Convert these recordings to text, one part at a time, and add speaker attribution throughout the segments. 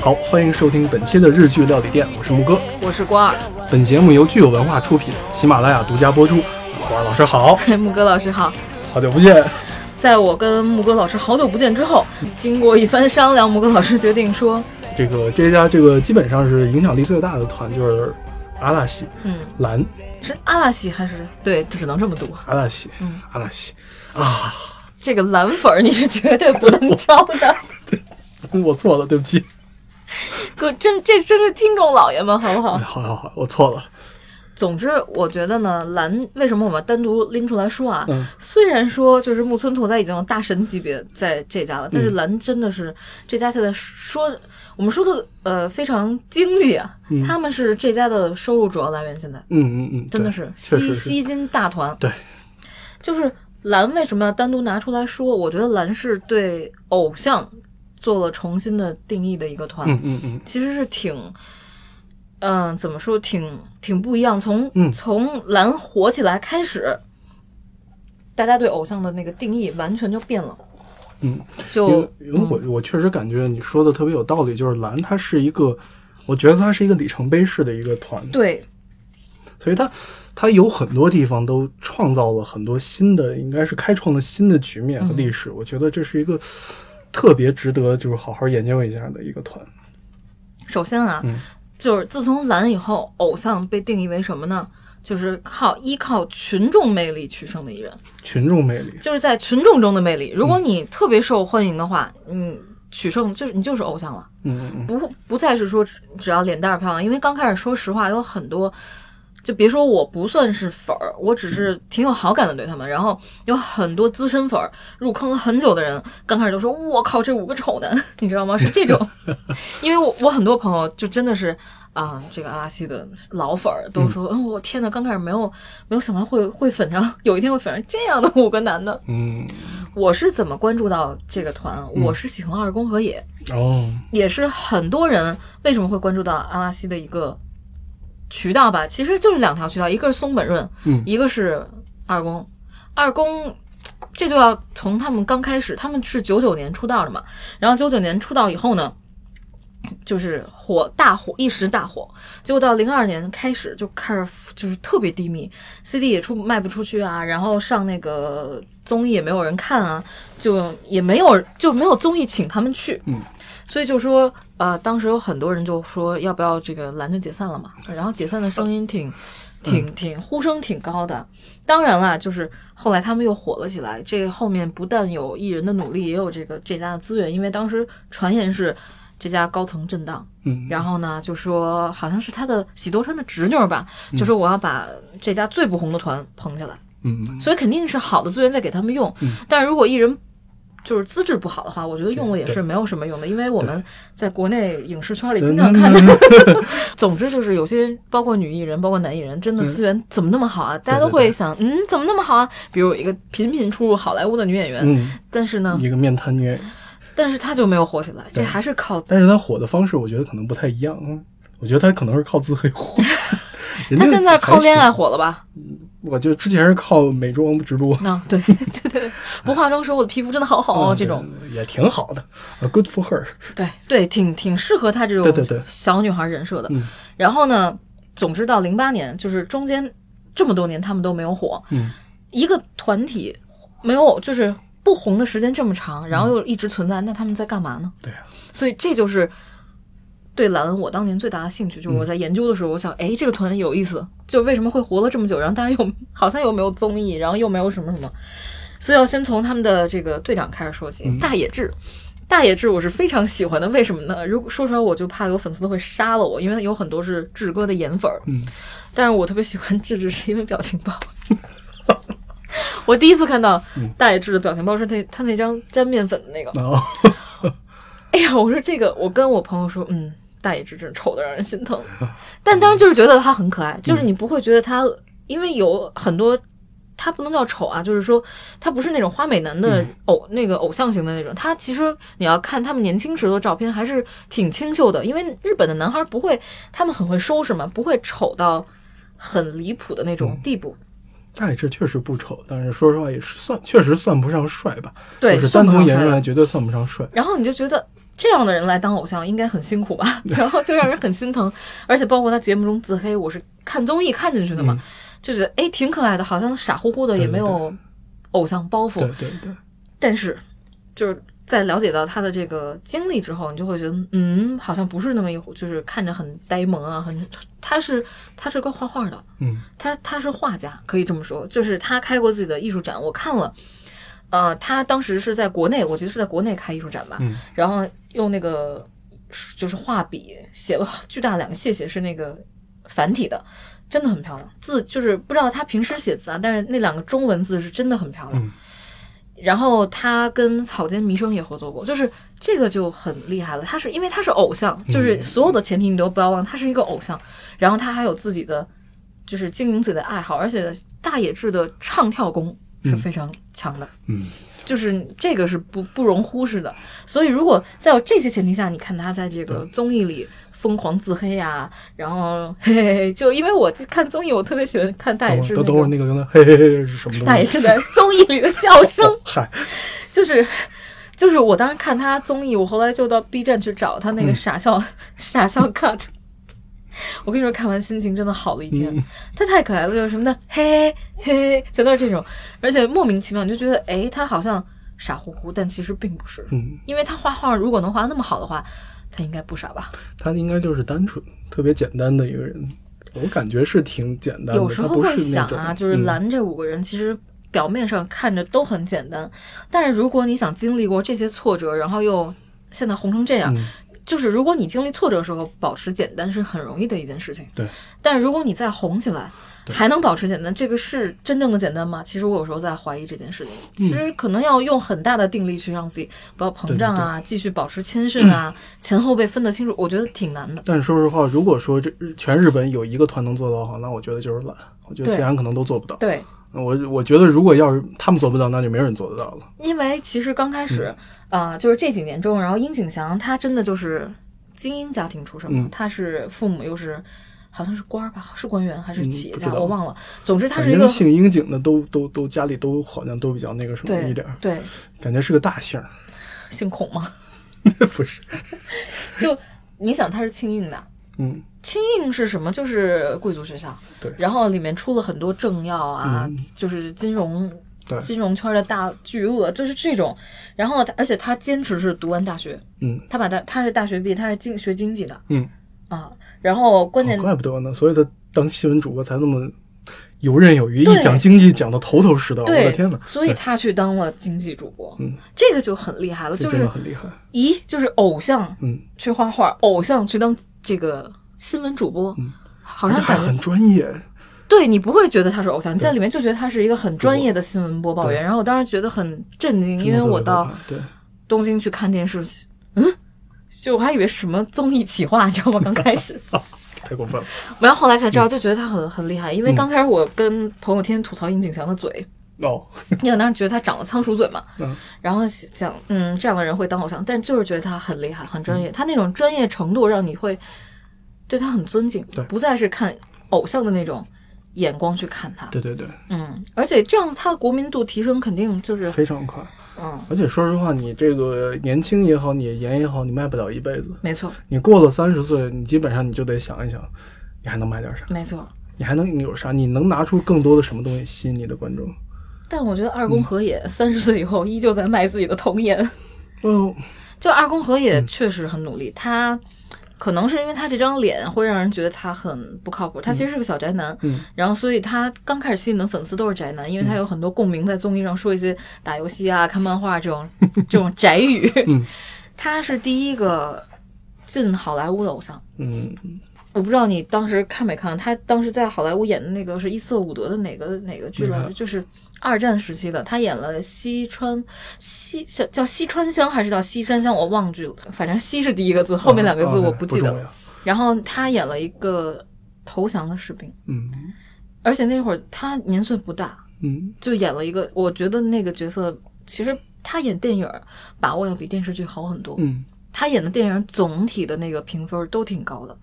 Speaker 1: 好，欢迎收听本期的日剧料理店，我是木哥。
Speaker 2: 我是瓜 二。
Speaker 1: 本节目由具有文化出品，喜马拉雅独家播出。花儿老师好，
Speaker 2: 嘿，木哥老师好。
Speaker 1: 好久不见。
Speaker 2: 在我跟木哥老师好久不见之后，经过一番商量，木哥老师决定说，
Speaker 1: 这个这家这个基本上是影响力最大的团就是阿拉西
Speaker 2: 嗯，
Speaker 1: 蓝
Speaker 2: 是阿拉西还是对，只能这么读。
Speaker 1: 阿拉西
Speaker 2: 嗯，
Speaker 1: 阿拉西啊，
Speaker 2: 这个蓝粉儿你是绝对不能招的。
Speaker 1: 我错了，对不起。
Speaker 2: 哥，这这这是听众老爷们，好不好
Speaker 1: 哎，？好好好，我错了。
Speaker 2: 总之，我觉得呢，蓝为什么我们单独拎出来说啊？
Speaker 1: 嗯
Speaker 2: 虽然说就是木村拓哉已经有大神级别在这家了，但是
Speaker 1: 嗯
Speaker 2: 蓝真的是、这家现在说我们说的呃非常经济啊，
Speaker 1: 嗯
Speaker 2: 他们是这家的收入主要来源，现在
Speaker 1: 嗯嗯嗯，
Speaker 2: 真的
Speaker 1: 对
Speaker 2: 是吸
Speaker 1: 确实是
Speaker 2: 吸金大团。
Speaker 1: 对，
Speaker 2: 就是蓝为什么要单独拿出来说？我觉得蓝是对偶像做了重新的定义的一个团。
Speaker 1: 嗯嗯嗯
Speaker 2: 其实是挺，嗯、怎么说，挺挺不一样。从、
Speaker 1: 嗯
Speaker 2: 从蓝火起来开始，大家对偶像的那个定义完全就变了。
Speaker 1: 嗯，因
Speaker 2: 就
Speaker 1: 为因为我我确实感觉你说的特别有道理，就是蓝它是一个，我觉得它是一个里程碑式的一个团，
Speaker 2: 对，
Speaker 1: 所以它它有很多地方都创造了很多新的，应该是开创了新的局面
Speaker 2: 嗯
Speaker 1: 和历史。我觉得这是一个特别值得就是好好研究一下的一个团。
Speaker 2: 首先啊，
Speaker 1: 嗯
Speaker 2: 就是自从蓝以后，偶像被定义为什么呢？就是靠依靠群众魅力取胜的艺人，
Speaker 1: 群众魅力，
Speaker 2: 就是在群众中的魅力。如
Speaker 1: 嗯
Speaker 2: 果你特别受欢迎的话，嗯，取胜就是你就是偶像了。
Speaker 1: 嗯嗯
Speaker 2: 不不再是说只只要脸蛋儿漂亮，因为刚开始说实话有很多，就别说我不算是粉儿，我只是挺有好感的对他们。然后有很多资深粉儿入坑了很久的人，刚开始都说我靠这五个丑男， 你知道吗？是这种，因为我我很多朋友就真的是。啊，这个阿拉西的老粉儿都说，嗯，我天呐，刚开始没有没有想到会会粉上，有一天会粉上这样的五个男的。
Speaker 1: 嗯
Speaker 2: 我是怎么关注到这个团？啊我是喜欢二宫和也，
Speaker 1: 嗯，哦，
Speaker 2: 也是很多人为什么会关注到阿拉西的一个渠道吧，其实就是两条渠道，一个是松本润，
Speaker 1: 嗯
Speaker 2: 一个是二宫。二宫这就要从他们刚开始，他们是九九年出道的嘛，然后九九年出道以后呢，就是火大火一时大火，结果到零二年开始就开始就是特别低迷，CD 也出卖不出去啊，然后上那个综艺也没有人看啊，就也没有就没有综艺请他们去，
Speaker 1: 嗯，
Speaker 2: 所以就说呃，当时有很多人就说要不要这个蓝就解散了嘛，然后解散的嗯声音挺。挺挺呼声挺高的，当然啦，就是后来他们又火了起来。这后面不但有艺人的努力，也有这个这家的资源，因为当时传言是这家高层震荡，
Speaker 1: 嗯，
Speaker 2: 然后呢，就说好像是他的喜多川的侄女儿吧，就说我要把这家最不红的团捧起来，
Speaker 1: 嗯
Speaker 2: 所以肯定是好的资源在给他们用
Speaker 1: 嗯。
Speaker 2: 但如果艺人就是资质不好的话，我觉得用了也
Speaker 1: 对嗯
Speaker 2: 是没有什么用的，因为我们在国内影视圈里
Speaker 1: 对
Speaker 2: 经常看到。
Speaker 1: 嗯
Speaker 2: 总之就是有些包括女艺人，包括男艺人，真的
Speaker 1: 嗯
Speaker 2: 资源怎么那么好啊？大家都
Speaker 1: 对对
Speaker 2: 会想，嗯，怎么那么好啊？比如有一个频频出入好莱坞的女演员，
Speaker 1: 嗯，
Speaker 2: 但是呢，
Speaker 1: 一个面瘫女演员，
Speaker 2: 但是她就没有火起来，这
Speaker 1: 对
Speaker 2: 还是靠
Speaker 1: 但是她火的方式，我觉得可能不太一样。嗯我觉得她可能是靠自黑火。 人
Speaker 2: 她
Speaker 1: 家
Speaker 2: 现在靠
Speaker 1: 还行
Speaker 2: 恋爱火了吧？
Speaker 1: 我就之前是靠美妆直播，
Speaker 2: 啊、对 对对，不化妆时候我的皮肤真的好好哦，
Speaker 1: 嗯
Speaker 2: 这种
Speaker 1: 对也挺好的啊，good for her。
Speaker 2: 对对，挺挺适合她这种
Speaker 1: 对对对
Speaker 2: 小女孩人设的。
Speaker 1: 嗯
Speaker 2: 然后呢，总之到零八年，就是中间这么多年他们都没有火，
Speaker 1: 嗯
Speaker 2: 一个团体没有就是不红的时间这么长，然后又一直存在，那他们在干嘛呢？
Speaker 1: 嗯对啊，
Speaker 2: 所以这就是。对蓝，我当年最大的兴趣就是我在研究的时候，我想，哎，这个团有意思，就为什么会活了这么久，然后大家又好像又没有综艺，然后又没有什么什么，所以要先从他们的这个队长开始说起，
Speaker 1: 嗯
Speaker 2: 大野智。大野智我是非常喜欢的，为什么呢？如果说出来我就怕有粉丝会杀了我，因为有很多是智哥的颜粉儿。
Speaker 1: 嗯，
Speaker 2: 但是我特别喜欢智智，是因为表情包。 我第一次看到大野智的表情包是那他那张沾面粉的那个，
Speaker 1: 然后
Speaker 2: 哎呀，我说这个，我跟我朋友说，嗯，大野智真是丑的让人心疼， 但当时就是觉得他很可爱，就是你不会觉得他，因为有很多。他不能叫丑啊，就是说他不是那种花美男的偶、那个偶像型的那种，他其实你要看他们年轻时候的照片还是挺清秀的，因为日本的男孩不会，他们很会收拾嘛，不会丑到很离谱的那种地步。
Speaker 1: 大理这确实不丑，但是说实话也是算，确实算不上帅吧。
Speaker 2: 对，
Speaker 1: 就是
Speaker 2: 算
Speaker 1: 单
Speaker 2: 不上
Speaker 1: 从颜值
Speaker 2: 帅
Speaker 1: 来，绝对算不上帅。
Speaker 2: 然后你就觉得这样的人来当偶像应该很辛苦 吧，然后就让人很心疼。而且包括他节目中自黑，我是看综艺看进去的嘛，就觉得哎挺可爱的，好像傻乎乎的，
Speaker 1: 嗯对
Speaker 2: 也没有偶像包袱
Speaker 1: 对。对对，
Speaker 2: 但是就是在了解到他的这个经历之后，你就会觉得嗯，好像不是那么一回，就是看着很呆萌啊，很他是他是个画画的，
Speaker 1: 嗯，
Speaker 2: 他他是画家，可以这么说，就是他开过自己的艺术展，我看了。呃，他当时是在国内，我记得是在国内开艺术展吧，
Speaker 1: 嗯
Speaker 2: 然后用那个就是画笔写了巨大两个谢谢，是那个繁体的，真的很漂亮。字就是不知道他平时写字啊，但是那两个中文字是真的很漂亮。
Speaker 1: 嗯
Speaker 2: 然后他跟草间弥生也合作过，就是这个就很厉害了。他是因为他是偶像，就是所有的前提你都不要忘，他是一个偶像。然后他还有自己的就是经营自己的爱好，而且大野智的唱跳功是非常强的。
Speaker 1: 嗯，
Speaker 2: 就是这个是不不容忽视的。所以如果在有这些前提下，你看他在这个综艺里疯狂自黑啊，然后嘿嘿嘿，就因为我看综艺，我特别喜欢看大
Speaker 1: 等
Speaker 2: 野
Speaker 1: 会
Speaker 2: 智
Speaker 1: 儿
Speaker 2: 那
Speaker 1: 等等会儿
Speaker 2: 个
Speaker 1: 那个刚才嘿嘿嘿是什么东西？
Speaker 2: 大野智的综艺里的笑声，
Speaker 1: 哦嗨，
Speaker 2: 就是。就是我当时看他综艺，我后来就到 B 站去找他那个
Speaker 1: 嗯
Speaker 2: 傻笑、傻笑 cut。我跟你说，看完心情真的好了一天。
Speaker 1: 嗯
Speaker 2: 他太可爱了，就是什么的，嘿嘿，嘿，全都是这种，而且莫名其妙你就觉得，哎，他好像傻乎乎，但其实并不是，
Speaker 1: 嗯，
Speaker 2: 因为他画画如果能画得那么好的话，他应该不傻吧？
Speaker 1: 他应该就是单纯、特别简单的一个人。我感觉是挺简单的，
Speaker 2: 有时
Speaker 1: 他
Speaker 2: 候
Speaker 1: 不
Speaker 2: 会
Speaker 1: 是那
Speaker 2: 想
Speaker 1: 种
Speaker 2: 啊，就是
Speaker 1: 嗯
Speaker 2: 蓝这五个人其实。表面上看着都很简单，但是如果你想经历过这些挫折，然后又现在红成这样，
Speaker 1: 嗯
Speaker 2: 就是如果你经历挫折的时候保持简单是很容易的一件事情，
Speaker 1: 对。
Speaker 2: 但如果你再红起来，还能保持简单，这个是真正的简单吗？其实我有时候在怀疑这件事情。
Speaker 1: 嗯
Speaker 2: 其实可能要用很大的定力去让自己不要膨胀啊，继续保持谦逊啊，
Speaker 1: 嗯
Speaker 2: 前后辈分得清楚，我觉得挺难的。
Speaker 1: 但是说实话，如果说这全日本有一个团能做到的话，那我觉得就是懒。我觉得
Speaker 2: 对
Speaker 1: 其他人可能都做不到。
Speaker 2: 对，
Speaker 1: 我我觉得如果要是他们做不到，那就没有人做得到了。
Speaker 2: 因为其实刚开始，
Speaker 1: 嗯
Speaker 2: 呃，就是这几年中，然后殷景祥他真的就是精英家庭出身嘛，
Speaker 1: 嗯
Speaker 2: 他是父母又是好像是官儿吧，是官员还是
Speaker 1: 嗯
Speaker 2: 企业
Speaker 1: 不
Speaker 2: 家，
Speaker 1: 知道
Speaker 2: 我忘了。总之他
Speaker 1: 反
Speaker 2: 是一
Speaker 1: 正
Speaker 2: 个
Speaker 1: 姓樱井的都都都家里都好像都比较那个什么一
Speaker 2: 对
Speaker 1: 点儿，
Speaker 2: 对
Speaker 1: 感觉是个大姓儿，
Speaker 2: 姓孔 嘛，
Speaker 1: 不是？
Speaker 2: 就你想他是庆应的，
Speaker 1: 嗯，
Speaker 2: 清应是什么？就是贵族学校，
Speaker 1: 对
Speaker 2: 然后里面出了很多政要啊，
Speaker 1: 嗯
Speaker 2: 就是金融
Speaker 1: 对，
Speaker 2: 金融圈的大巨鳄，就是这种。然后他，而且他坚持是读完大学，
Speaker 1: 嗯
Speaker 2: 他把大他是大学毕业，他是经学经济的
Speaker 1: 嗯，
Speaker 2: 啊。然后关键
Speaker 1: 哦怪不得呢，所以他当新闻主播才那么游刃有余，
Speaker 2: 对
Speaker 1: 一讲经济讲的头头是道。我
Speaker 2: 对
Speaker 1: 的天哪，，
Speaker 2: 所以他去当了经济主播，
Speaker 1: 嗯
Speaker 2: 这个就很厉害了，
Speaker 1: 这
Speaker 2: 就
Speaker 1: 真的
Speaker 2: 是
Speaker 1: 很厉害。
Speaker 2: 咦，就是偶像
Speaker 1: 嗯，
Speaker 2: 去画画，偶像去当这个新闻主播，
Speaker 1: 嗯
Speaker 2: 好
Speaker 1: 而且
Speaker 2: 像
Speaker 1: 还
Speaker 2: 感觉
Speaker 1: 很专业。
Speaker 2: 对你不会觉得他是偶像，你在里面就觉得他是一个很专业的新闻播报员。
Speaker 1: 对
Speaker 2: 然后我当时觉得很震惊，因为我到
Speaker 1: 对，
Speaker 2: 东京去看电视，嗯，就我还以为是什么综艺企划，你知道吗？刚开 始，
Speaker 1: 太过分了。
Speaker 2: 然后后来才
Speaker 1: 嗯
Speaker 2: 知道，就觉得他很很厉害。因为刚开始我跟朋友天天吐槽殷景祥的嘴，
Speaker 1: 哦，
Speaker 2: 因为我当时觉得他长了仓鼠嘴嘛，
Speaker 1: 嗯
Speaker 2: 然后讲嗯这样的人会当偶像，但就是觉得他很厉害，很
Speaker 1: 嗯
Speaker 2: 专业，他那种专业程度让你会对他很尊敬
Speaker 1: 对，
Speaker 2: 不再是看偶像的那种眼光去看他。
Speaker 1: 对对对，
Speaker 2: 嗯，而且这样它的国民度提升肯定就是，
Speaker 1: 非常快。
Speaker 2: 嗯，
Speaker 1: 而且说实话，你这个年轻也好，你颜也好，你卖不了一辈子。
Speaker 2: 没错，
Speaker 1: 你过了三十岁，你基本上你就得想一想，你还能卖点啥？
Speaker 2: 没错。
Speaker 1: 你还能有啥？你能拿出更多的什么东西吸引你的观众？
Speaker 2: 但我觉得二
Speaker 1: 嗯
Speaker 2: 宫和也三十岁以后依旧在卖自己的童颜，
Speaker 1: 哦，
Speaker 2: 就二宫和
Speaker 1: 嗯
Speaker 2: 也确实很努力，他可能是因为他这张脸会让人觉得他很不靠谱，他其实是个小宅男，
Speaker 1: 嗯
Speaker 2: 然后所以他刚开始吸引的粉丝都是宅男，因为他有很多共鸣，在综艺上说一些打游戏啊、看漫画这种这种宅语，
Speaker 1: 嗯
Speaker 2: 他是第一个进好莱坞的偶像。
Speaker 1: 嗯，
Speaker 2: 我不知道你当时看没看，他当时在好莱坞演的那个是伊瑟伍德的哪个哪个剧来
Speaker 1: 没
Speaker 2: 着？
Speaker 1: 看
Speaker 2: 就是二战时期的，他演了西川西叫叫西川乡还是叫西山乡，我忘记了，反正西是第一个字，后面两个字
Speaker 1: 哦
Speaker 2: 我
Speaker 1: 不
Speaker 2: 记得
Speaker 1: 重
Speaker 2: 了。
Speaker 1: 要
Speaker 2: 然后他演了一个投降的士兵，
Speaker 1: 嗯
Speaker 2: 而且那会儿他年岁不大，
Speaker 1: 嗯，
Speaker 2: 就演了一个，我觉得那个角色其实他演电影儿把握要比电视剧好很多。
Speaker 1: 嗯
Speaker 2: 他演的电影总体的那个评分都挺高的。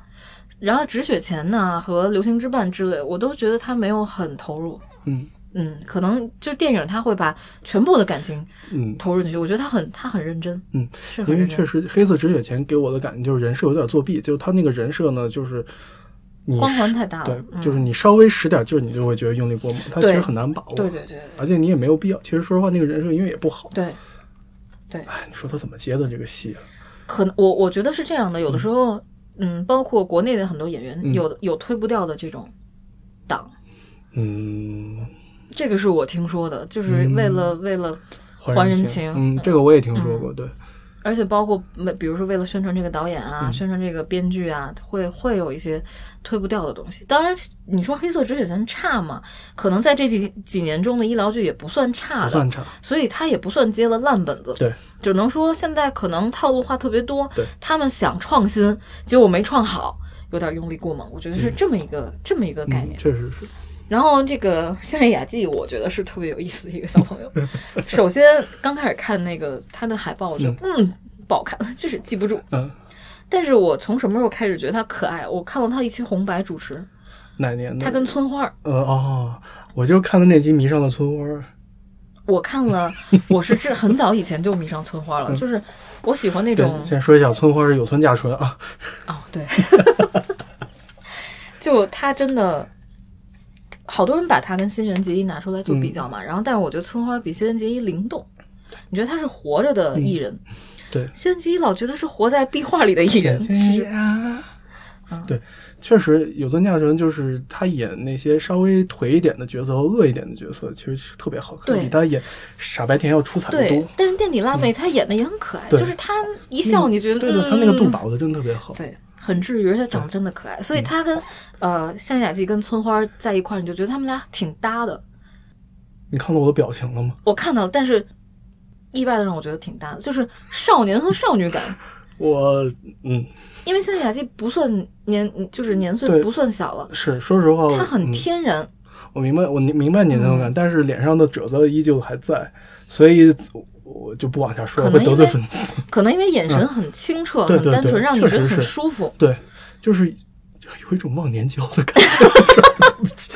Speaker 2: 然后《止血钳》呢和《流星之绊》之类，我都觉得他没有很投入，
Speaker 1: 嗯，
Speaker 2: 嗯，可能就是电影他会把全部的感情
Speaker 1: 嗯，
Speaker 2: 投入进去，我觉得他很他很认真，
Speaker 1: 嗯，
Speaker 2: 是很
Speaker 1: 因为
Speaker 2: 认真
Speaker 1: 确，实《黑色止血钳》给我的感觉就是人设有点作弊，就是他那个人设呢，就是你
Speaker 2: 光环太大了，
Speaker 1: 对，
Speaker 2: 嗯
Speaker 1: 就是你稍微使点劲儿，你就会觉得用力过猛，他其
Speaker 2: 对
Speaker 1: 实很难把握，
Speaker 2: 对对对
Speaker 1: 而且你也没有必要。其实说实话，那个人设因为也不好，
Speaker 2: 对，
Speaker 1: 哎，你说他怎么接的这个戏啊？
Speaker 2: 可能我我觉得是这样的，有的时候，嗯，包括国内的很多演员，
Speaker 1: 嗯
Speaker 2: 有有推不掉的这种档，
Speaker 1: 嗯，
Speaker 2: 这个是我听说的，就是为了、为了，还人
Speaker 1: 人
Speaker 2: 情
Speaker 1: 嗯，这个我也听说过，对，
Speaker 2: 而且包括没比如说为了宣传这个导演
Speaker 1: 嗯
Speaker 2: 啊，宣传这个编剧啊，会会有一些推不掉的东西。当然，你说《黑色止血钳》差嘛，可能在这几几年中的医疗剧也不算差
Speaker 1: 不
Speaker 2: 的，
Speaker 1: 算差，
Speaker 2: 所以他也不算接了烂本子。
Speaker 1: 对，
Speaker 2: 只能说现在可能套路化特别多
Speaker 1: 对，
Speaker 2: 他们想创新，结果没创好，有点用力过猛。我觉得是这么一个、这么一个概
Speaker 1: 嗯，
Speaker 2: 念。
Speaker 1: 确实是，
Speaker 2: 然后这个香叶雅纪，我觉得是特别有意思的一个小朋友。首先刚开始看那个他的海报，我觉得嗯不好看， 就是记不住。
Speaker 1: 嗯，
Speaker 2: 但是我从什么时候开始觉得他可爱？我看过他一期红白主持，
Speaker 1: 哪年的？
Speaker 2: 他跟村花儿，
Speaker 1: 呃哦，我就看的那集迷上了村花，
Speaker 2: 我看了，我是这很早以前就迷上村花了，就是我喜欢那
Speaker 1: 对
Speaker 2: 种，
Speaker 1: 先说一下村花是有村架纯啊，
Speaker 2: 哦，对， 就他真的，好多人把他跟新垣结衣拿出来做比较
Speaker 1: 嗯
Speaker 2: 嘛。然后，但是我觉得村花比新垣结衣灵动。你觉得他是活着的艺人？
Speaker 1: 嗯对，
Speaker 2: 新垣结衣老觉得是活在壁画里的艺人， 就是嗯
Speaker 1: 对，确实有尊驾纯就是他演那些稍微颓一点的角色和恶一点的角色，其实是特别好看，
Speaker 2: 对
Speaker 1: 比他演傻白甜要出彩的
Speaker 2: 对嗯
Speaker 1: 多。。嗯
Speaker 2: 但是垫底辣妹她演的也很可爱，
Speaker 1: 对
Speaker 2: 就是她一笑你觉得
Speaker 1: 对对，
Speaker 2: 嗯
Speaker 1: 他那个度把握的真的特别好。
Speaker 2: 对，很治愈，而且长得真的可爱。
Speaker 1: 嗯
Speaker 2: 所以他跟呃向雅纪跟村花在一块儿，你就觉得他们俩挺搭的。
Speaker 1: 你看到我的表情了吗？
Speaker 2: 我看到了，但是意外的让我觉得挺搭的，就是少年和少女感。
Speaker 1: 我嗯，
Speaker 2: 因为现在雅纪不算年，就是年岁
Speaker 1: 对
Speaker 2: 不算小了，
Speaker 1: 是说实话，
Speaker 2: 她很嗯
Speaker 1: 嗯
Speaker 2: 天然。
Speaker 1: 我明白，我明明白你那种感，但是脸上的褶子依旧还在，所以我我就不往下说，
Speaker 2: 可
Speaker 1: 了，
Speaker 2: 能
Speaker 1: 会得罪
Speaker 2: 因为
Speaker 1: 粉丝。
Speaker 2: 可能因为眼神很清澈、
Speaker 1: 对
Speaker 2: 很
Speaker 1: 对
Speaker 2: 单纯，
Speaker 1: 对
Speaker 2: 让你
Speaker 1: 确
Speaker 2: 觉得
Speaker 1: 实
Speaker 2: 很
Speaker 1: 是
Speaker 2: 舒服。
Speaker 1: 对，就是有一种忘年交的感觉。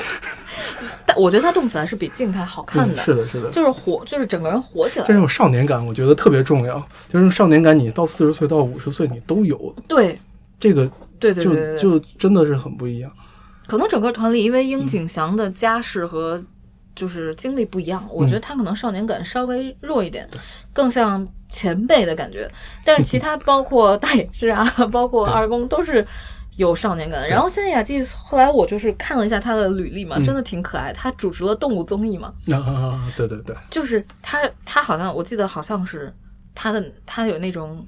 Speaker 2: 但我觉得她动起来是比静态好看
Speaker 1: 嗯
Speaker 2: 的，
Speaker 1: 是的，是的。
Speaker 2: 就是活，就是整个人活起来
Speaker 1: 这。种少年感，我觉得特别重要。就是少年感，你到四十岁到五十岁，你都有
Speaker 2: 对
Speaker 1: 这个，
Speaker 2: 对对对对对，
Speaker 1: 就就真的是很不一样。
Speaker 2: 可能整个团里因为樱井翔的家世和就是经历不一样，我觉得他可能少年感稍微弱一点，更像前辈的感觉。但是其他包括大野智啊，包括二宫都是。有少年感，然后现在雅纪后来我就是看了一下她的履历嘛，
Speaker 1: 嗯
Speaker 2: 真的挺可爱。她主持了动物综艺嘛，
Speaker 1: 啊啊，啊对对对，
Speaker 2: 就是她她好像我记得好像是她的她有那种，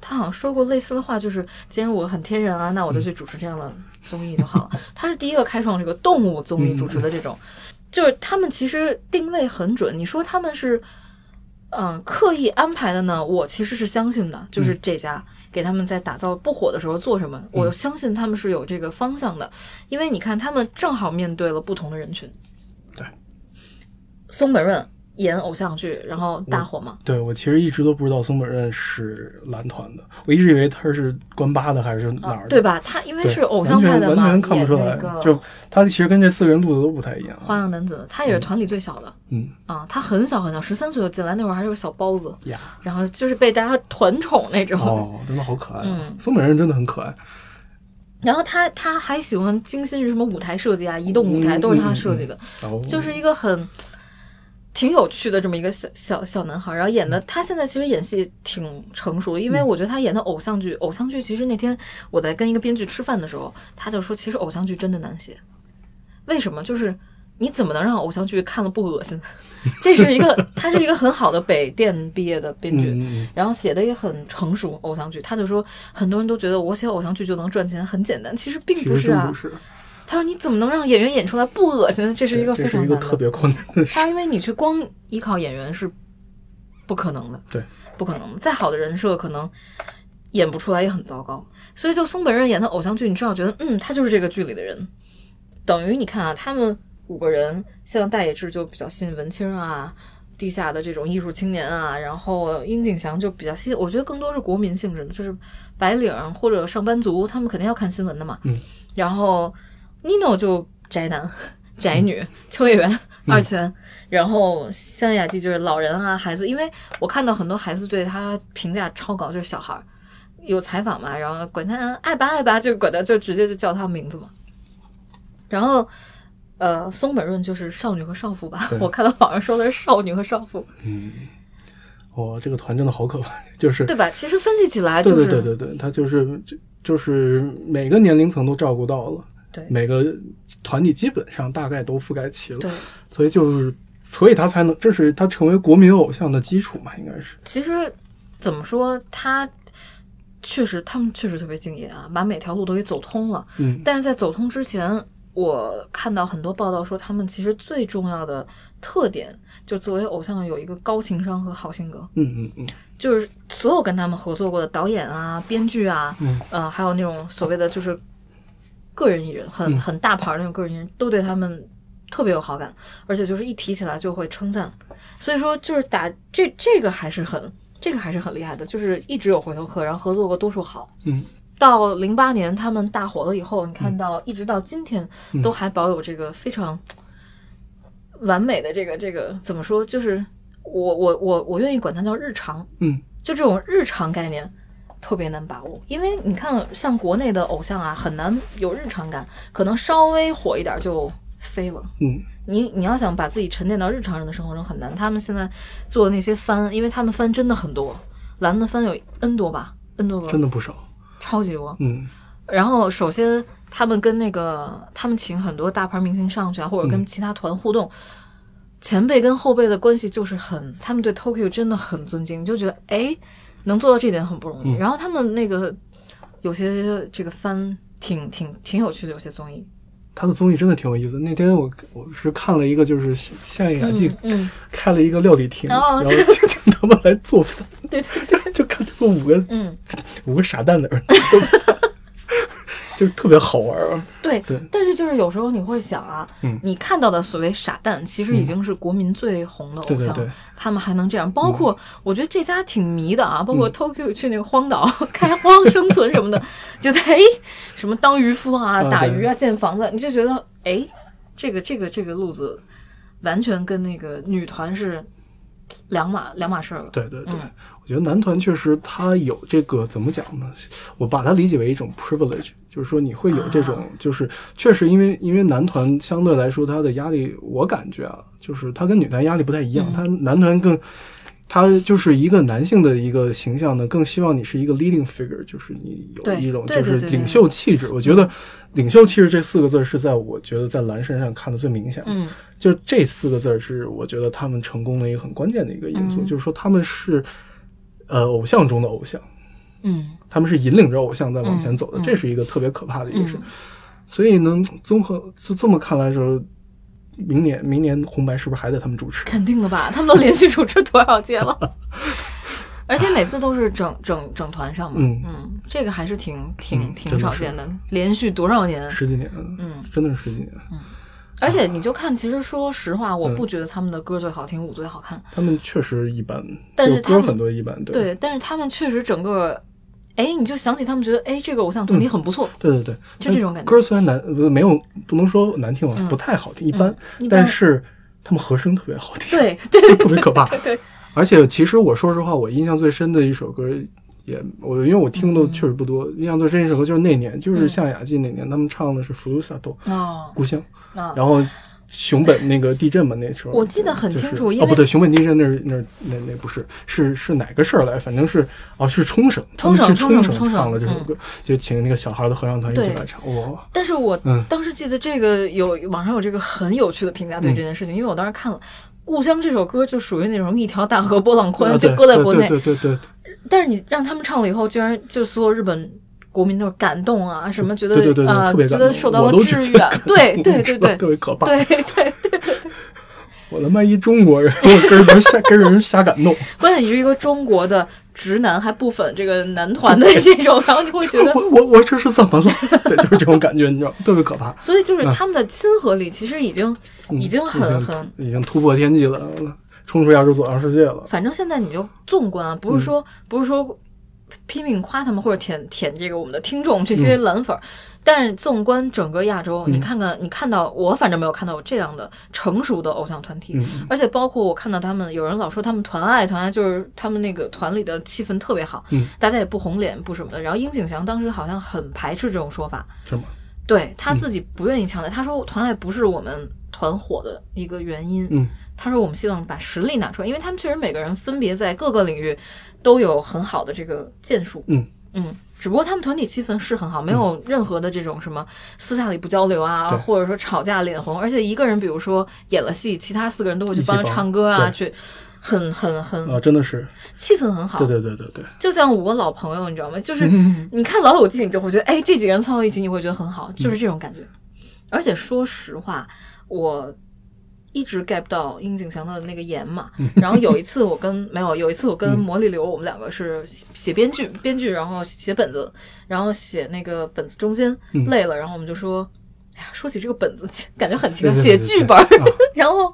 Speaker 2: 她好像说过类似的话，就是既然我很天然啊，那我就去主持这样的综艺就好了。她是第一个开创这个动物综艺主持的这种，就是他们其实定位很准。你说他们是嗯、呃刻意安排的呢？我其实是相信的，就是这家。给他们在打造不火的时候做什么，我相信他们是有这个方向的，因为你看他们正好面对了不同的人群。
Speaker 1: 对，
Speaker 2: 松本润演偶像剧，然后大火嘛。
Speaker 1: 对我其实一直都不知道松本润是蓝团的，我一直以为他是关八的还是哪儿的，
Speaker 2: 啊对吧？他因为
Speaker 1: 嗯对？
Speaker 2: 是偶像派的
Speaker 1: 完全
Speaker 2: 嘛，
Speaker 1: 完
Speaker 2: 演
Speaker 1: 全看不出来，
Speaker 2: 那个
Speaker 1: 就他其实跟这四个人录的都不太一样。
Speaker 2: 花样男子，他也是团里最小的、
Speaker 1: 嗯
Speaker 2: 啊。他很小很小，十三岁就进来，那会儿还是个小包子，
Speaker 1: 呀，
Speaker 2: 然后就是被大家团宠那种。
Speaker 1: 哦，真的好可爱、啊，
Speaker 2: 嗯
Speaker 1: 松本润真的很可爱。
Speaker 2: 然后他他还喜欢精心于什么舞台设计啊，移动舞台
Speaker 1: 嗯
Speaker 2: 都是他设计的。
Speaker 1: 哦，
Speaker 2: 就是一个很挺有趣的这么一个小小小男孩，然后
Speaker 1: 嗯
Speaker 2: 演的他现在其实演戏挺成熟，因为我觉得他演的偶像剧，偶像剧其实那天我在跟一个编剧吃饭的时候，他就说，其实偶像剧真的难写，为什么？就是你怎么能让偶像剧看了不恶心？ 这是一个，他是一个很好的北电毕业的编剧。
Speaker 1: 嗯嗯嗯，
Speaker 2: 然后写的也很成熟，偶像剧，他就说很多人都觉得我写偶像剧就能赚钱，很简单，其实并
Speaker 1: 其
Speaker 2: 不
Speaker 1: 实
Speaker 2: 是
Speaker 1: 真
Speaker 2: 啊
Speaker 1: 不。是，
Speaker 2: 他说你怎么能让演员演出来不恶心？这是一个
Speaker 1: 对
Speaker 2: 非
Speaker 1: 这是
Speaker 2: 常
Speaker 1: 一个
Speaker 2: 难的
Speaker 1: 特别困难的事。
Speaker 2: 他因为你去光依靠演员是不可能的，
Speaker 1: 对，
Speaker 2: 不可能的。再好的人设可能演不出来也很糟糕。所以就松本润演的偶像剧，你至少觉得，嗯，他就是这个剧里的人。等于你看啊，他们五个人，像大野智就比较吸引文青啊，地下的这种艺术青年啊，然后樱井翔就比较吸引，我觉得更多是国民性质的，就是白领或者上班族，他们肯定要看新闻的嘛。
Speaker 1: 嗯。
Speaker 2: 然后 Nino 就宅男、宅女，秋叶原
Speaker 1: 嗯
Speaker 2: 二泉，然后三雅纪就是老人啊，孩子，因为我看到很多孩子对他评价超高，就是小孩儿有采访嘛，然后管他哎爱吧爱吧，就管他就直接就叫他名字嘛。然后，呃，松本润就是少女和少妇 吧
Speaker 1: 对，
Speaker 2: 我看到网上说的是少女和少妇，
Speaker 1: 哦，嗯这个团真的好可怕，就是
Speaker 2: 对吧？其实分析起来
Speaker 1: 对
Speaker 2: 就
Speaker 1: 对
Speaker 2: 是
Speaker 1: 对对对，他就是就就是每个年龄层都照顾到了，
Speaker 2: 对
Speaker 1: 每个团体基本上大概都覆盖齐了，
Speaker 2: 对
Speaker 1: 所以就是所以他才能，这是他成为国民偶像的基础嘛，应该是
Speaker 2: 其实怎么说，他确实他们确实特别敬业啊，把每条路都给走通了。
Speaker 1: 嗯
Speaker 2: 但是在走通之前，我看到很多报道说，他们其实最重要的特点，就作为偶像有一个高情商和好性格，
Speaker 1: 嗯嗯嗯
Speaker 2: 就是所有跟他们合作过的导演啊、编剧啊，
Speaker 1: 嗯
Speaker 2: 呃，还有那种所谓的就是个人艺人，很
Speaker 1: 嗯
Speaker 2: 很大牌儿那种个人艺人，都对他们特别有好感，而且就是一提起来就会称赞。所以说，就是打这这个还是很这个还是很厉害的，就是一直有回头客，然后合作过多数好。
Speaker 1: 嗯，
Speaker 2: 到零八年他们大火了以后，你看到一直到今天
Speaker 1: 嗯
Speaker 2: 都还保有这个非常完美的这个这个怎么说？就是我我我我愿意管它叫日常，
Speaker 1: 嗯，
Speaker 2: 就这种日常概念特别难把握，因为你看像国内的偶像啊，很难有日常感，可能稍微火一点就飞了。
Speaker 1: 嗯
Speaker 2: 你你要想把自己沉淀到日常人的生活中很难。他们现在做的那些番，因为他们番真的很多，蓝的番有 N 多吧，N 多个，
Speaker 1: 真的不少，
Speaker 2: 超级多。
Speaker 1: 嗯
Speaker 2: 然后首先他们跟那个他们请很多大牌明星上去啊，或者跟
Speaker 1: 嗯
Speaker 2: 其他团互动，前辈跟后辈的关系就是很，他们对 Tokyo 真的很尊敬，你就觉得哎，能做到这点很不容易。
Speaker 1: 嗯
Speaker 2: 然后他们那个有些这个番挺挺挺有趣的，有些综艺，
Speaker 1: 他的综艺真的挺有意思。那天我我是看了一个，就是夏夏雅纪
Speaker 2: 嗯嗯，
Speaker 1: 开了一个料理厅，
Speaker 2: 哦
Speaker 1: 然后 请请他们来做饭，
Speaker 2: 嗯对对，
Speaker 1: 就看他们五个
Speaker 2: 嗯
Speaker 1: 五个傻蛋在那儿做饭， 就是特别好玩啊。
Speaker 2: 对。
Speaker 1: 对，
Speaker 2: 但是就是有时候你会想啊，
Speaker 1: 嗯
Speaker 2: 你看到的所谓傻蛋，其实已经是国民最红的偶
Speaker 1: 对
Speaker 2: 像
Speaker 1: 对
Speaker 2: 了。
Speaker 1: 对，
Speaker 2: 他们还能这样，包括
Speaker 1: 嗯
Speaker 2: 我觉得这家挺迷的啊，包括 Tokyo 去那个荒岛 开荒生存什么的， 觉得哎，什么当渔夫啊、
Speaker 1: 嗯
Speaker 2: 打
Speaker 1: 对
Speaker 2: 鱼啊、建房子，你就觉得哎，这个这个这个路子完全跟那个女团是两码两码事儿了。
Speaker 1: 对对对，
Speaker 2: 嗯
Speaker 1: 我觉得男团确实他有这个怎么讲呢？我把它理解为一种 privilege，就是说你会有这种，
Speaker 2: 啊
Speaker 1: 就是确实因为因为男团相对来说他的压力，我感觉啊，就是他跟女团压力不太一样，
Speaker 2: 嗯
Speaker 1: 他男团更。他就是一个男性的一个形象呢，更希望你是一个 leading figure，就是你有
Speaker 2: 对
Speaker 1: 一种
Speaker 2: 对
Speaker 1: 就
Speaker 2: 对
Speaker 1: 是
Speaker 2: 对对嗯
Speaker 1: 领袖气质。我觉得“领袖气质”这四个字是在我觉得在蓝身上看的最明显的。
Speaker 2: 嗯，
Speaker 1: 就这四个字儿是我觉得他们成功的一个很关键的一个因素，
Speaker 2: 嗯
Speaker 1: 就是说他们是呃偶像中的偶像，
Speaker 2: 嗯
Speaker 1: 他们是引领着偶像在往前走的，
Speaker 2: 嗯嗯
Speaker 1: 这是一个特别可怕的一个事。
Speaker 2: 嗯
Speaker 1: 所以呢，综合这这么看来的时候，明年明年红白是不是还得他们主持？
Speaker 2: 肯定的吧？他们都连续主持多少届 了？而且每次都是整整整团上嘛，
Speaker 1: 嗯
Speaker 2: 这个还是挺挺
Speaker 1: 嗯
Speaker 2: 挺
Speaker 1: 真的
Speaker 2: 少
Speaker 1: 是
Speaker 2: 见的，连续多少年？
Speaker 1: 十几年，
Speaker 2: 嗯，
Speaker 1: 真的是十几年。
Speaker 2: 而且你就看，其实说实话，我
Speaker 1: 嗯
Speaker 2: 不觉得他们的歌最好听，舞最好看。
Speaker 1: 他们确实一般，
Speaker 2: 但是
Speaker 1: 就
Speaker 2: 他
Speaker 1: 歌
Speaker 2: 们
Speaker 1: 很多一般，对
Speaker 2: 对，但是他们确实整个，哎，你就想起他们觉得，哎，这个偶像团体很不错。
Speaker 1: 对对对，
Speaker 2: 就这种感觉
Speaker 1: 歌虽然难，不没有不能说难听吧，啊
Speaker 2: 嗯
Speaker 1: 不太好听，一般，
Speaker 2: 一般
Speaker 1: 但是他们和声特别好听。
Speaker 2: 对对对，
Speaker 1: 特别可 怕
Speaker 2: 对对，对
Speaker 1: 而且其实我说实话，我印象最深的一首歌也我因为我听的
Speaker 2: 嗯
Speaker 1: 确实不多，印象最深一首歌就是那年，就是像雅纪那年，他们唱的是《f u s a t o
Speaker 2: 对哦，
Speaker 1: 故乡，
Speaker 2: 啊，
Speaker 1: 然后熊本那个地震嘛，那时候
Speaker 2: 我记得很清楚
Speaker 1: 就是
Speaker 2: 因
Speaker 1: 哦
Speaker 2: 为
Speaker 1: 不对，熊本地震那是那是那那不是是是哪个事儿来？反正是哦是冲绳，
Speaker 2: 冲绳
Speaker 1: 他们去冲
Speaker 2: 冲绳冲绳嗯
Speaker 1: 唱了这首歌，就请那个小孩的合唱团一起来唱，哇，
Speaker 2: 但是我
Speaker 1: 嗯
Speaker 2: 当时记得这个有网上有这个很有趣的评价对这件事情，
Speaker 1: 嗯
Speaker 2: 因为我当时看了。故乡这首歌就属于那种一条大河波浪宽，
Speaker 1: 啊
Speaker 2: 就
Speaker 1: 对
Speaker 2: 搁在国内。
Speaker 1: 对对对对
Speaker 2: 但是你让他们唱了以后，居然就所有日本国民都感动啊，什么觉得
Speaker 1: 对对对，
Speaker 2: 啊、
Speaker 1: 特别
Speaker 2: 觉
Speaker 1: 感
Speaker 2: 得
Speaker 1: 动，
Speaker 2: 受到
Speaker 1: 我
Speaker 2: 了
Speaker 1: 都觉
Speaker 2: 治
Speaker 1: 得
Speaker 2: 愈啊
Speaker 1: 感，动
Speaker 2: 对对
Speaker 1: 你
Speaker 2: 对
Speaker 1: 知道
Speaker 2: 对，
Speaker 1: 特别可 怕，
Speaker 2: 对对对对对，
Speaker 1: 我他妈一中国人，我跟人瞎跟人瞎敢弄，
Speaker 2: 关键你是一个中国的直男，还不粉这个男团的这种，然后你会觉 得，
Speaker 1: 我我我这是怎么了？ 对，就是这种感觉，你知道，特别可怕，
Speaker 2: 所以就是他们的亲和力其实已经、
Speaker 1: 嗯
Speaker 2: 已经
Speaker 1: 已
Speaker 2: 很
Speaker 1: 经
Speaker 2: 很，
Speaker 1: 已经突破天际了，冲出亚洲走向世界了。嗯
Speaker 2: 反正现在你就纵观啊，不是说、不是说批评夸他们或者舔舔这个我们的听众这
Speaker 1: 嗯
Speaker 2: 些蓝粉儿，但是纵观整个亚洲，你看看你看到我反正没有看到有这样的成熟的偶像团体，
Speaker 1: 嗯
Speaker 2: 而且包括我看到他们有人老说他们团爱团爱，就是他们那个团里的气氛特别好，
Speaker 1: 嗯
Speaker 2: 大家也不红脸不什么的。然后殷景祥当时好像很排斥这种说法，
Speaker 1: 是吗？
Speaker 2: 对他
Speaker 1: 嗯
Speaker 2: 自己不愿意强调，他说团爱不是我们团火的一个原因，
Speaker 1: 嗯
Speaker 2: 他说我们希望把实力拿出来，因为他们确实每个人分别在各个领域都有很好的这个建树。
Speaker 1: 嗯
Speaker 2: 嗯，只不过他们团体气氛是很好，没有任何的这种什么私下里不交流啊，
Speaker 1: 对
Speaker 2: 或者说吵架脸红，而且一个人比如说演了戏，其他四个人都会去帮着
Speaker 1: 一起帮
Speaker 2: 唱歌啊，
Speaker 1: 对
Speaker 2: 去很很很、
Speaker 1: 啊，真的是，
Speaker 2: 气氛很好。
Speaker 1: 对对对对对，
Speaker 2: 就像我老朋友，你知道吗？就是
Speaker 1: 嗯
Speaker 2: 你看《老友记》，你就会觉得，哎，这几个人凑到一起，你会觉得很好，就是这种感觉。而且说实话，我一直 get 不到殷景祥的那个颜嘛。
Speaker 1: 嗯
Speaker 2: 然后有一次我跟没有，有一次我跟魔力流，我们两个是写编剧， 编剧然后写本子，然后写那个本子中间
Speaker 1: 嗯
Speaker 2: 累了，然后我们就说，哎呀，说起这个本子 感觉很奇怪，
Speaker 1: 对对
Speaker 2: 写
Speaker 1: 对对
Speaker 2: 剧本儿
Speaker 1: 啊，
Speaker 2: 然后。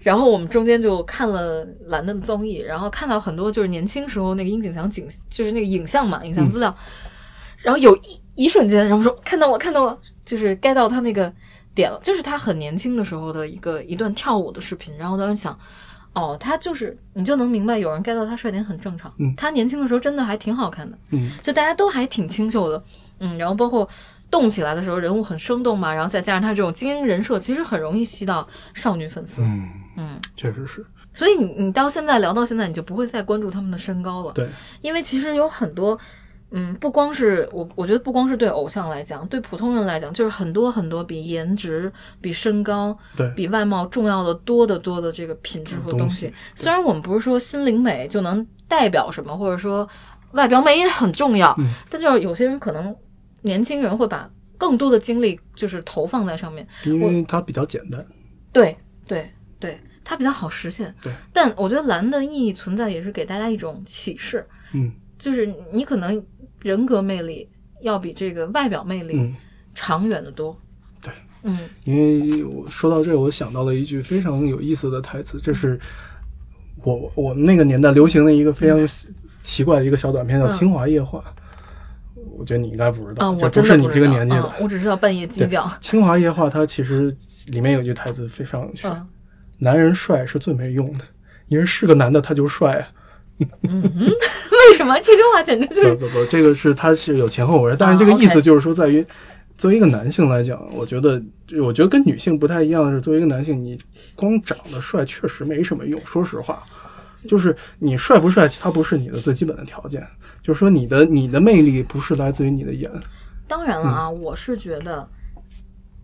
Speaker 2: 然后我们中间就看了兰的综艺，然后看到很多就是年轻时候那个殷景祥景，就是那个影像嘛，影
Speaker 1: 嗯
Speaker 2: 像资料。然后有一一瞬间，然后说看到我看到我，就是 get 到他那个点了，就是他很年轻的时候的一个一段跳舞的视频。然后当时想，哦，他就是你就能明白，有人 get 到他帅点很正常。
Speaker 1: 嗯
Speaker 2: 他年轻的时候真的还挺好看的，
Speaker 1: 嗯
Speaker 2: 就大家都还挺清秀的，嗯，然后包括动起来的时候人物很生动嘛，然后再加上他这种精英人设，其实很容易吸到少女粉丝。
Speaker 1: 嗯，
Speaker 2: 嗯，
Speaker 1: 确实是
Speaker 2: 所以你你到现在聊到现在，你就不会再关注他们的身高了，
Speaker 1: 对，
Speaker 2: 因为其实有很多，嗯，不光是我，我觉得不光是对偶像来讲，对普通人来讲，就是很多很多比颜值、比身高、
Speaker 1: 对
Speaker 2: 比外貌重要的多得多的这个品质和东西
Speaker 1: 嗯东西。
Speaker 2: 虽然我们不是说心灵美就能代表什么，或者说外表美也很重要，
Speaker 1: 嗯
Speaker 2: 但就是有些人可能年轻人会把更多的精力就是投放在上面，
Speaker 1: 因为它比较简单，
Speaker 2: 对对对，它比较好实现。
Speaker 1: 对，
Speaker 2: 但我觉得蓝的意义存在也是给大家一种启示，
Speaker 1: 嗯
Speaker 2: 就是你可能人格魅力要比这个外表魅力
Speaker 1: 嗯。
Speaker 2: 长远的多。
Speaker 1: 对，
Speaker 2: 嗯
Speaker 1: 因为我说到这，我想到了一句非常有意思的台词，这是我我们那个年代流行的一个非常奇怪的一个小短片，叫
Speaker 2: 嗯
Speaker 1: 《清华夜话》。我觉得你应该不知
Speaker 2: 啊，
Speaker 1: 道，
Speaker 2: 我
Speaker 1: 这
Speaker 2: 真的
Speaker 1: 不是你
Speaker 2: 知
Speaker 1: 这个
Speaker 2: 道
Speaker 1: 年纪的
Speaker 2: 啊。我只知道半夜鸡
Speaker 1: 对
Speaker 2: 叫。
Speaker 1: 清华夜话》它其实里面有一句台词非常有趣：
Speaker 2: 嗯
Speaker 1: 男人帅是最没用的，因为是个男的他就帅 啊。
Speaker 2: 嗯哼，为什么这句话简直就
Speaker 1: 不
Speaker 2: 是
Speaker 1: 不不，这个是它是有前后文，
Speaker 2: 哦
Speaker 1: 但是这个意思就是说，在于作为一个男性来讲，我觉得，我觉得跟女性不太一样的是，作为一个男性，你光长得帅确实没什么用，说实话。就是你帅不帅，它不是你的最基本的条件。就是说，你的你的魅力不是来自于你的颜，
Speaker 2: 当然了啊，我是觉得，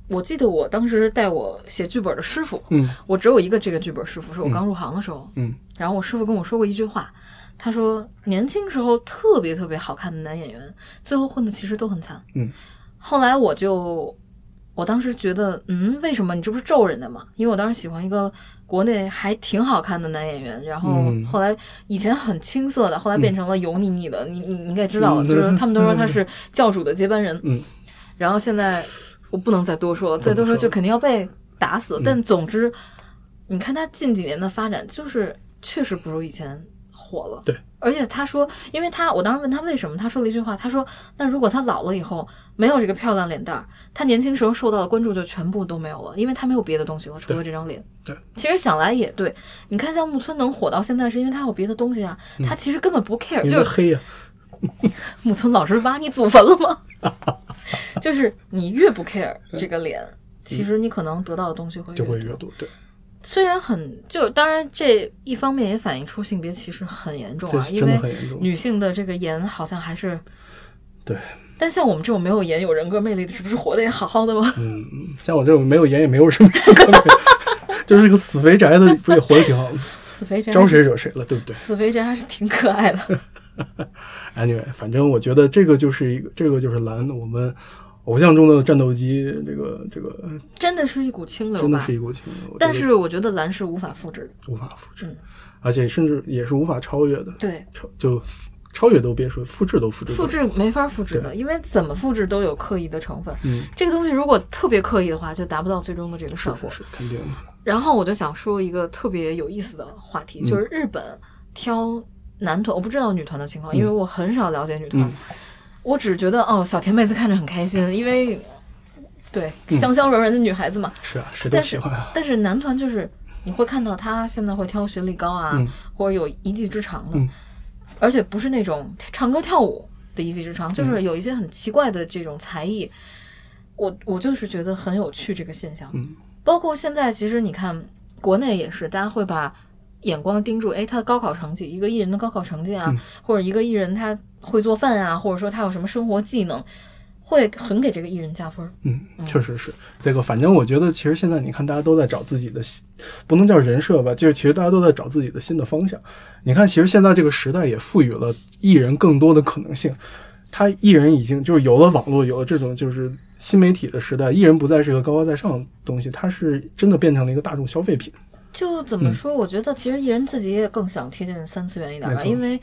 Speaker 2: 我记得我当时带我写剧本的师傅，
Speaker 1: 嗯
Speaker 2: 我只有一个这个剧本师傅，是我刚入行的时候，
Speaker 1: 嗯
Speaker 2: 然后我师傅跟我说过一句话，他说年轻时候特别特别好看的男演员，最后混的其实都很惨。
Speaker 1: 嗯，
Speaker 2: 后来我就，我当时觉得，嗯，为什么你这不是咒人家吗？因为我当时喜欢一个国内还挺好看的男演员，然后
Speaker 1: 嗯
Speaker 2: 后来以前很青涩的，后来变成了油腻腻的，你你你应该知道，
Speaker 1: 嗯
Speaker 2: 就是他们都说他是教主的接班人，
Speaker 1: 嗯，
Speaker 2: 然后现在我不能再多说了，再
Speaker 1: 能
Speaker 2: 多说
Speaker 1: 说嗯
Speaker 2: 就肯定要被打死。但总之，你看他近几年的发展，就是确实不如以前火了。
Speaker 1: 对，
Speaker 2: 而且他说，因为他我当时问他为什么，他说了一句话，他说：“那如果他老了以后没有这个漂亮脸蛋儿，他年轻时候受到的关注就全部都没有了，因为他没有别的东西了，除了这张脸。”
Speaker 1: 对
Speaker 2: 其实想来也对，你看像木村能火到现在，是因为他有别的东西啊，
Speaker 1: 嗯
Speaker 2: 他其实根本不 care，、
Speaker 1: 因
Speaker 2: 就
Speaker 1: 为
Speaker 2: 是
Speaker 1: 黑呀、啊
Speaker 2: 木村老师挖你祖坟了吗？ 就是你越不 care 这个脸，其实你可能得到的东西会
Speaker 1: 嗯就会
Speaker 2: 越
Speaker 1: 越
Speaker 2: 多。
Speaker 1: 多。对，
Speaker 2: 虽然很就当然这一方面也反映出性别歧视很严重啊，
Speaker 1: 这
Speaker 2: 因
Speaker 1: 真的
Speaker 2: 为
Speaker 1: 很严重
Speaker 2: 女性的这个颜好像还是，
Speaker 1: 对，
Speaker 2: 但像我们这种没有颜有人格魅力的，是不是活得也好好的吗？
Speaker 1: 嗯，像我这种没有颜也没有什么可看的， 就是个死肥宅的，不也活得挺好吗？
Speaker 2: 死肥宅
Speaker 1: 招谁惹谁了，对不对？
Speaker 2: 死肥宅还是挺可爱的。
Speaker 1: anyway，反正我觉得这个就是一个，这个就是蓝，我们偶像中的战斗机，这个这个
Speaker 2: 真的是一股清流
Speaker 1: 真的
Speaker 2: 吧
Speaker 1: 是。一股清流，我觉得
Speaker 2: 但是我觉得蓝是无法复制的，
Speaker 1: 无法复制
Speaker 2: 嗯，
Speaker 1: 而且甚至也是无法超越的，
Speaker 2: 对，
Speaker 1: 超就超越都别说，复制都复制不了
Speaker 2: 复，制没法复制的，因为怎么复制都有刻意的成分。
Speaker 1: 嗯，
Speaker 2: 这个东西如果特别刻意的话，就达不到最终的这个效
Speaker 1: 是
Speaker 2: 果。
Speaker 1: 是肯定的，嗯
Speaker 2: 然后我就想说一个特别有意思的话题，就是日本挑男团，我不知道女团的情况，因
Speaker 1: 嗯
Speaker 2: 为我很少了解女团。我只觉得哦，小甜妹子看着很开心，因为对
Speaker 1: 嗯
Speaker 2: 香香软软的女孩子嘛。
Speaker 1: 是啊，谁都
Speaker 2: 但
Speaker 1: 喜
Speaker 2: 是
Speaker 1: 欢啊。
Speaker 2: 但是男团就是你会看到他现在会挑学历高啊，
Speaker 1: 嗯
Speaker 2: 或者有一技之长的，
Speaker 1: 嗯
Speaker 2: 而且不是那种唱歌跳舞的一技之
Speaker 1: 嗯
Speaker 2: 长，就是有一些很奇怪的这种才艺。我我就是觉得很有趣这个现象，
Speaker 1: 嗯
Speaker 2: 包括现在其实你看国内也是，大家会把眼光盯住，哎，他的高考成绩，一个艺人的高考成绩啊，
Speaker 1: 嗯
Speaker 2: 或者一个艺人他会做饭啊，或者说他有什么生活技能，会很给这个艺人加分儿。
Speaker 1: 嗯，确实是这个。反正我觉得，其实现在你看，大家都在找自己的新，不能叫人设吧，就是其实大家都在找自己的新的方向。你看，其实现在这个时代也赋予了艺人更多的可能性。他艺人已经就是有了网络，有了这种就是新媒体的时代，艺人不再是个高高在上的东西，他是真的变成了一个大众消费品。
Speaker 2: 就怎
Speaker 1: 嗯
Speaker 2: 么说？我觉得其实艺人自己也更想贴近三次元一点
Speaker 1: 没
Speaker 2: 吧，
Speaker 1: 错嗯
Speaker 2: 因为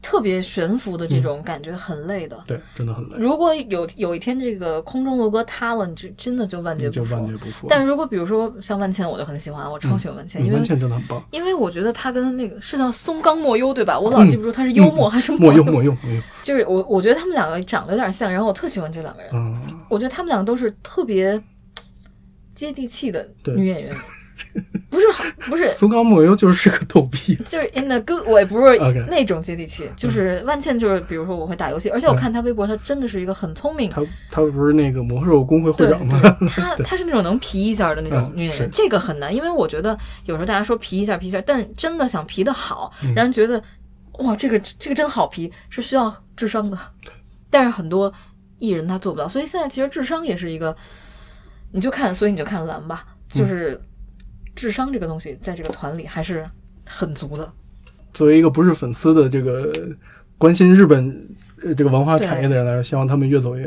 Speaker 2: 特别悬浮的这种感觉很累的。
Speaker 1: 对，真的很累，
Speaker 2: 如果有有一天这个空中楼阁塌了，你就真的就万劫
Speaker 1: 你就
Speaker 2: 不复
Speaker 1: 万。劫不复。
Speaker 2: 但如果比如说像万茜，我就很喜欢，我超喜欢万茜，
Speaker 1: 嗯
Speaker 2: 因为
Speaker 1: 万茜真的很棒，
Speaker 2: 因为我觉得她跟那个是叫松冈莫优对吧？我
Speaker 1: 嗯
Speaker 2: 老记不住她是幽默还是
Speaker 1: 莫
Speaker 2: 幽
Speaker 1: 用，莫用莫用。
Speaker 2: 就是我我觉得他们两个长得有点像，然后我特喜欢这两个人，
Speaker 1: 嗯，
Speaker 2: 我觉得他们两个都是特别嘖接地气的
Speaker 1: 对
Speaker 2: 女演员，不是好不是
Speaker 1: 松冈莫优就是个逗逼。
Speaker 2: 就是 in the good，我也不是
Speaker 1: OK 嗯
Speaker 2: 那种接地气就是万茜就是，比如说我会打游戏，而且我看她微博，她真的是一个很聪明，
Speaker 1: 他他不是那个魔兽工会会
Speaker 2: 对
Speaker 1: 长吗？
Speaker 2: 对，她她是那种能皮一下的那种
Speaker 1: 嗯
Speaker 2: 女演
Speaker 1: 是
Speaker 2: 员，这个很难，因为我觉得有时候大家说皮一下皮一下，但真的想皮的好，
Speaker 1: 嗯
Speaker 2: 让人觉得哇，这个这个真好皮，是需要智商的，但是很多艺人他做不到，所以现在其实智商也是一个，你就看，所以你就看蓝吧，就是
Speaker 1: 嗯
Speaker 2: 智商这个东西在这个团里还是很足的。
Speaker 1: 作为一个不是粉丝的这个呃关心日本呃这个文化产业的人来说，希望他们越走越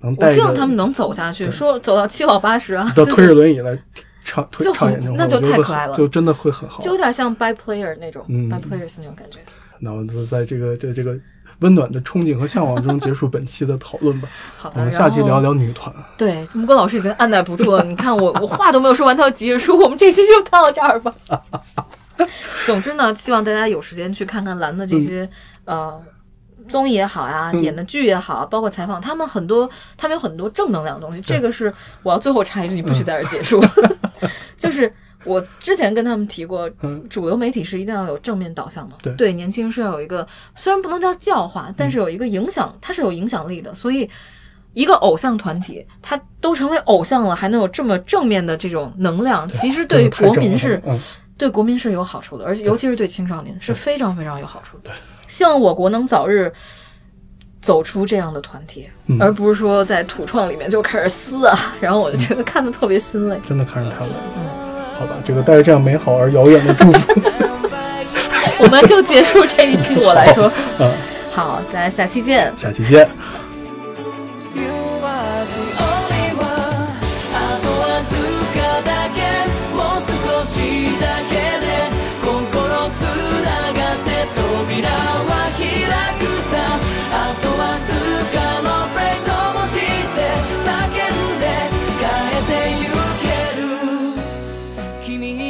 Speaker 1: 能带
Speaker 2: 我
Speaker 1: 着
Speaker 2: 希望他们能走下去，说走到七老八十 啊，
Speaker 1: 的
Speaker 2: 就
Speaker 1: 推着
Speaker 2: 是
Speaker 1: 轮椅来唱推
Speaker 2: 就很
Speaker 1: 唱演唱会，
Speaker 2: 那就
Speaker 1: 我觉得
Speaker 2: 太可爱了
Speaker 1: 就真的会很好
Speaker 2: 就。有点像 by player 那种、
Speaker 1: 嗯
Speaker 2: by players 那种感觉。
Speaker 1: 那我们就在这个这这个温暖的憧憬和向往中结束本期的讨论吧。
Speaker 2: 好的，
Speaker 1: 我们
Speaker 2: 然
Speaker 1: 下期
Speaker 2: 后
Speaker 1: 聊。聊女团。
Speaker 2: 对，木哥老师已经按耐不住了，你看我 我话都没有说完，他就急着说我们这期就到这 儿吧。总之呢，希望大家有时间去看看蓝的这些、呃综艺也好呀、
Speaker 1: 嗯
Speaker 2: 演的剧也好，包括采访，他们很多他们有很多正能量的东西。这个是我要最后插一句，你不
Speaker 1: 嗯
Speaker 2: 许在这儿结束， 就是。我之前跟他们提过
Speaker 1: 嗯，
Speaker 2: 主流媒体是一定要有正面导向的，
Speaker 1: 对
Speaker 2: 年轻人是要有一个，虽然不能叫教化，但是有一个影响，它是有影响力的。所以，一个偶像团体，他都成为偶像了，还能有这么正面的这种能量，其实对于
Speaker 1: 真的
Speaker 2: 国
Speaker 1: 太正
Speaker 2: 民
Speaker 1: 了
Speaker 2: 是
Speaker 1: 嗯，
Speaker 2: 对国民是有好处的，而且尤其是对青少年是非常非常有好处的。希望我国能早日走出这样的团体，
Speaker 1: 嗯
Speaker 2: 而不是说在土创里面就开始撕啊，然后我就觉得看的特别心累。
Speaker 1: 真的看着他们。嗯好吧，这个带着这样美好而遥远的祝福，
Speaker 2: 我们就结束这一期，我来说，
Speaker 1: 嗯，
Speaker 2: 好，大家下期见。
Speaker 1: 下期见。
Speaker 3: You are the only one あとわずかだけもう少しだけで心つながって扉は開くさあとわずかのプレートもして叫んで変えてゆける君